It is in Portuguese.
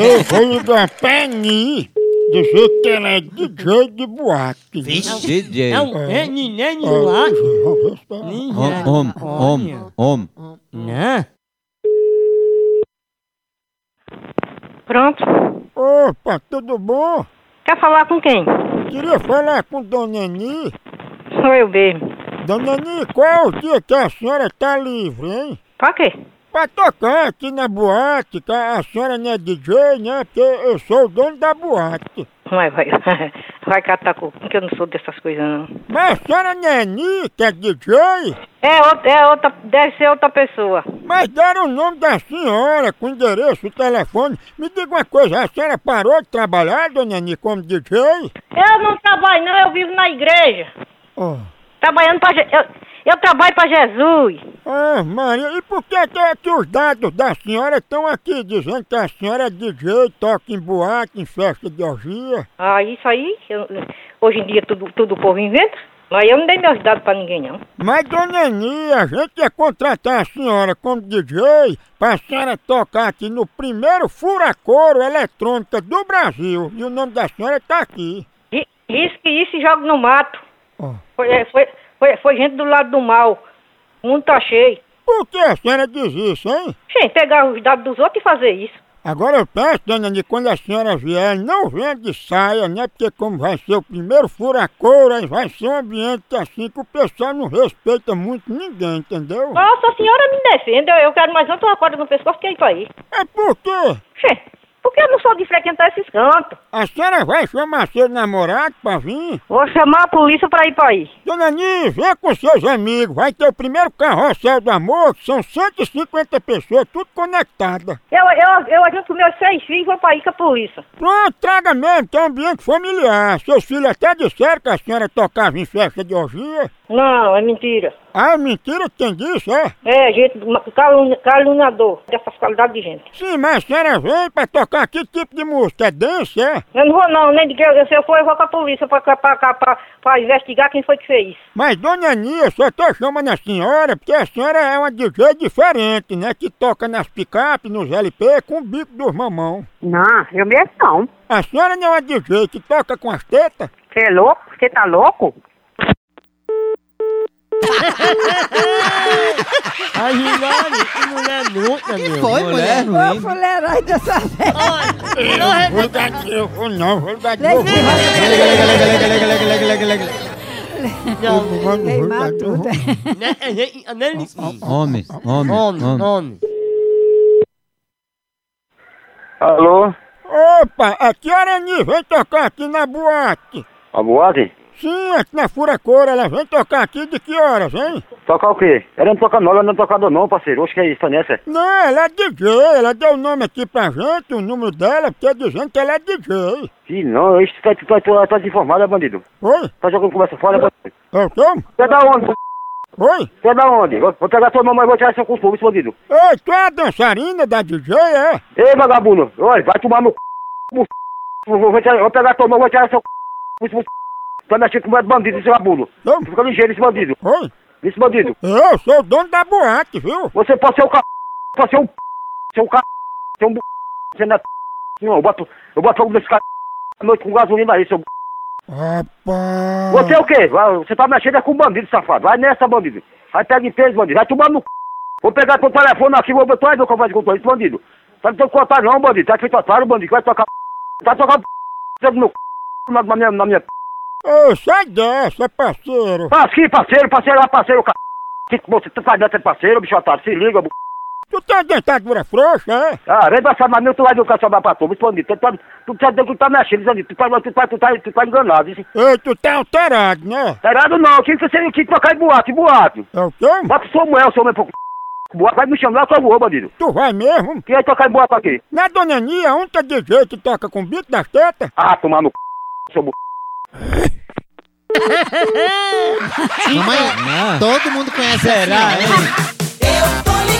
Eu vou ligar pra Ani, do jeito que ela é DJ de boate. Vixe. DJ. Não, é ninguém Ah, lá. Hum. Om, om, om, om. Não. Pronto. Opa, tudo bom? Quer falar com quem? Queria falar com Dona Ani. Sou eu mesmo. Dona Ani, qual é o dia que a senhora tá livre, hein? Pra quê? Pra tocar aqui na boate, que a senhora não é DJ, né? Porque eu sou o dono da boate. Vai, vai. Vai catar cu, que eu não sou dessas coisas, não. Mas a senhora não é Ani, que é DJ? É outra, é outra, deve ser outra pessoa. Mas deram o nome da senhora, com endereço, telefone. Me diga uma coisa, a senhora parou de trabalhar, Dona Ani, como DJ? Eu não trabalho, não. Eu vivo na igreja. Oh. Trabalhando pra... Je- Eu, eu trabalho pra Jesus. Ah, Maria, e por que, que, é que os dados da senhora estão aqui dizendo que a senhora é DJ, toca em boate, em festa de orgia? Ah, isso aí... eu- hoje em dia tudo, tudo o povo inventa. Mas eu não dei meus dados pra ninguém, não. Mas, dona Ani, a gente ia contratar a senhora como DJ pra senhora tocar aqui no primeiro furacoro eletrônica do Brasil. E o nome da senhora tá aqui. E, isso que isso e joga no mato. Ó. Foi, é, foi, foi, foi gente do lado do mal. O mundo tá cheio. Por que a senhora diz isso, hein? Gente, pegar os dados dos outros e fazer isso. Agora eu peço, dona Ani, quando a senhora vier, não venha de saia, né? Porque como vai ser o primeiro furacão, aí vai ser um ambiente assim que o pessoal não respeita muito ninguém, entendeu? Nossa senhora me defenda, eu- eu quero mais um, não tomar corda no pescoço que é isso aí. É porque Xê, por que eu não sou de frequentar esses cantos? a senhora vai chamar seu namorado pra vir? Vou chamar a polícia pra ir pra aí. Dona Ani, vem com seus amigos, vai ter o primeiro carrossel do amor, que são 150 pessoas, tudo conectada. Eu, eu, eu ajunto meus seis filhos e vou pra aí com a polícia. Pronto, traga mesmo, tem um ambiente familiar. Seus filhos até disseram que a senhora tocava em festa de orgia. Não, é mentira. Ah, mentira que tem disso, é? É, gente, ma- calun- caluniador dessas qualidades de gente. Sim, mas a senhora veio pra tocar que tipo de música? É dance, é? Eu não vou não, nem de que eu, se eu for eu vou com a polícia pra, pra, pra, pra, pra investigar quem foi que fez. Mas, dona Aninha, eu só tô chamando a senhora porque a senhora é uma DJ diferente, né? Que toca nas picapes, nos LP, com o bico dos mamão. Não, eu mesmo não. A senhora não é uma DJ que toca com as tetas? Você é louco? Você tá louco? A Hilary, que mulher nunca, meu. Foi, mulher ruim. Mulherai dessa vez. Eu não vou dar de novo, não, vou dar de novo. Não, Queimar tudo. né, a gente- nem lhe- Homens, homens, Homem, homens. homem. Alô? Opa, a senhora Aninha vem tocar aqui na boate. A boate? Sim, aqui na Furacora, ela vem tocar aqui de que horas, hein? Tocar o quê? Ela não toca não, ela não é tocador não, parceiro. Oxe, que é isso, nessa? Não, ela é DJ, ela deu o nome aqui pra gente, o número dela, porque dizendo que ela é DJ. Que não, isso tá, tá, tá, tá desinformado, é bandido. Oi? Tá jogando conversa fora, é bandido. É o quê? Você é da onde? p***? Oi? Você é da onde? Vou, vou pegar sua mamãe e vou tirar seu cu fogo, esse bandido. Ei, tu é a dançarina da DJ, é? Ei, vagabundo, olha, vai tomar meu c... meu c****. Vou, vou, tirar- vou pegar sua mão, vou tirar seu c... meu c... Tá mexendo com mais bandido, esse vagabundo. Eu? Fica ligeiro, esse bandido. Oi? Esse bandido. Eu sou o dono da boate, viu? Você pode ser o c... Pode ser um c... Seu c... Seu b... Você não é c... Não, eu boto... Eu boto fogo nesse c... à noite com gasolina aí, seu b... Rapaz! Você é o quê? Vai- Você tá mexendo é com bandido, safado. Vai nessa, bandido. Vai pegar em peso, bandido. Vai tomar no c... Vou pegar teu telefone aqui, vou botar aí meu conversa com tu, esse bandido. Tá não tem que contar não, bandido. Tá feito otário, bandido. Vai tocar p****. Vai tocar p... no c... Na, na minha... Na minha... p****. Ô, sai dessa, parceiro! Passa aqui, parceiro, parceiro, lá, parceiro, c... Que você tá fazendo essa parceiro, bicho otário. Se liga, b... Tu tem a dentadura frouxa, é? Ah, vem pra chamar meu, tu vai educar chamar pra tu, esse bandido. Tu tá... Tu tá... Tu tá mexendo, bandido. Tu tá... Tu tá... Tu tá, tu tá enganado, isso. Ei, tu tá alterado, né? Tá errado não. Tinha que você... Tinha que tocar em boate, em boate. É o quê? Bota o seu mulher, o seu homem pro c... Boa, vai me chamar, eu vou, bandido. Tu vai mesmo? Quem é tocar em boa pra quê? Na dona Aninha, a única DJ que toca com bico das tetas? Ah, tomar no c... seu b... Mamãe, Não. todo mundo conhece Será, assim, né? hein? Eu tô ligado.